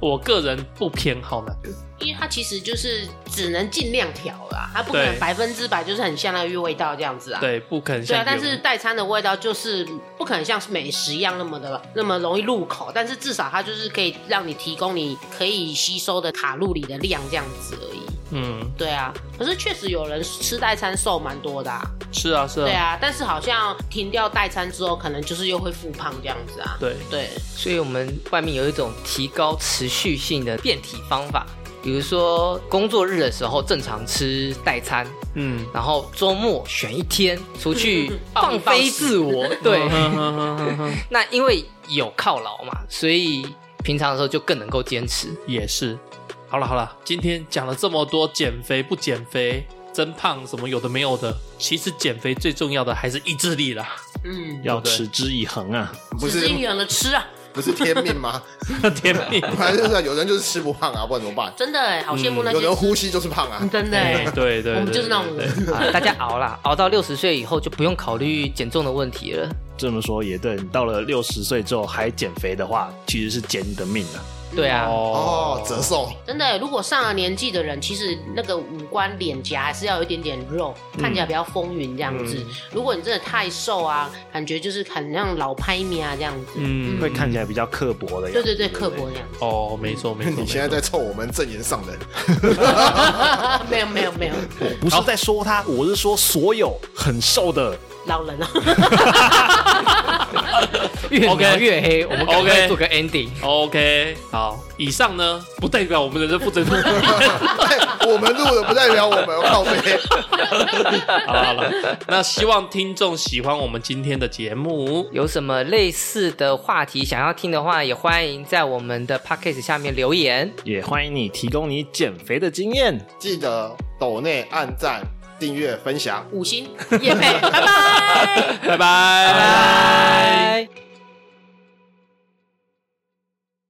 Speaker 5: 我个人不偏好那个。
Speaker 4: 因为它其实就是只能尽量调啦，它不可能
Speaker 5: 对
Speaker 4: 百分之百就是很像那个味道这样子啊。
Speaker 5: 对，不可能
Speaker 4: 对
Speaker 5: 像
Speaker 4: 啊，但
Speaker 5: 原
Speaker 4: 是代餐的味道就是不可能像是美食一样那么的那么容易入口，但是至少它就是可以让你提供你可以吸收的卡路里的量这样子而已。
Speaker 5: 嗯，
Speaker 4: 对啊，可是确实有人吃代餐瘦蛮多的、啊，
Speaker 5: 是啊，是啊，
Speaker 4: 对啊，但是好像停掉代餐之后，可能就是又会复胖这样子啊。
Speaker 5: 对，
Speaker 4: 对，
Speaker 1: 所以我们外面有一种提高持续性的变体方法，比如说工作日的时候正常吃代餐，
Speaker 5: 嗯，
Speaker 1: 然后周末选一天出去
Speaker 4: 放一
Speaker 1: 放
Speaker 4: 放
Speaker 1: 飞自
Speaker 5: [LAUGHS]
Speaker 1: 我。
Speaker 4: [LAUGHS]
Speaker 1: 对，
Speaker 5: 哼哼哼哼哼
Speaker 1: 那因为有犒劳嘛，所以平常的时候就更能够坚持。
Speaker 5: 也是。好了好了，今天讲了这么多减肥不减肥、增胖什么有的没有的，其实减肥最重要的还是意志力啦。 [LAUGHS]
Speaker 4: 嗯，
Speaker 2: 要
Speaker 5: 对
Speaker 2: 持之以恒啊！
Speaker 3: 不
Speaker 4: 只
Speaker 3: 是
Speaker 4: 是远了吃啊，
Speaker 3: 不是天命吗？ [LAUGHS]
Speaker 5: 甜蜜，
Speaker 3: 反正就是有人就是吃不胖啊，不然怎么办？
Speaker 4: 真的哎，好羡慕那
Speaker 3: 嗯有
Speaker 4: 些
Speaker 3: 人
Speaker 4: 吃，
Speaker 3: 呼吸就是胖啊。
Speaker 4: 真的哎
Speaker 5: [LAUGHS] 对，对对，
Speaker 4: 我们就是那种
Speaker 5: 对
Speaker 4: 人。
Speaker 1: 啊，大家熬啦，熬到六十岁以后就不用考虑减重的问题了。
Speaker 2: 这么说也对，你到了六十岁之后还减肥的话，其实是减你的命啊！
Speaker 1: 对啊，
Speaker 3: 哦，折寿，
Speaker 4: 真的，如果上了年纪的人，其实那个五官、脸颊还是要有一点点肉，
Speaker 5: 嗯
Speaker 4: 看起来比较丰腴这样子。如果你真的太瘦啊，感觉就是很像老拍咪啊这样子。
Speaker 5: 嗯，
Speaker 2: 会看起来比较刻薄的样子。
Speaker 4: 对对对，刻
Speaker 2: 不
Speaker 4: 薄
Speaker 5: [LAUGHS]
Speaker 4: 那样 [LAUGHS] 子。
Speaker 5: 哦，没错没错，
Speaker 3: [LAUGHS] 你
Speaker 5: 没
Speaker 3: 现在在
Speaker 5: 错
Speaker 3: 臭我们正言上人，
Speaker 4: 没有没有没有，
Speaker 2: 我不是在说他，我是说所有很瘦的。
Speaker 4: 老人啊，
Speaker 1: 越描
Speaker 5: OK
Speaker 1: 越黑。我们赶快
Speaker 5: OK
Speaker 1: 做个 ending。
Speaker 5: OK，好，以上呢不代表我们的人负责
Speaker 3: [LAUGHS]
Speaker 5: 任。
Speaker 3: 哎我们录的不代表我们靠背。
Speaker 5: 好了好了，那希望听众喜欢我们今天的节目。
Speaker 1: 有什么类似的话题想要听的话，也欢迎在我们的 podcast 下面留言。
Speaker 2: 也欢迎你提供你减肥的经验。
Speaker 3: 记得抖内按赞、订阅、
Speaker 5: [LAUGHS]
Speaker 3: 分享。
Speaker 4: 五星叶配，拜拜。
Speaker 5: 拜拜。
Speaker 1: 拜。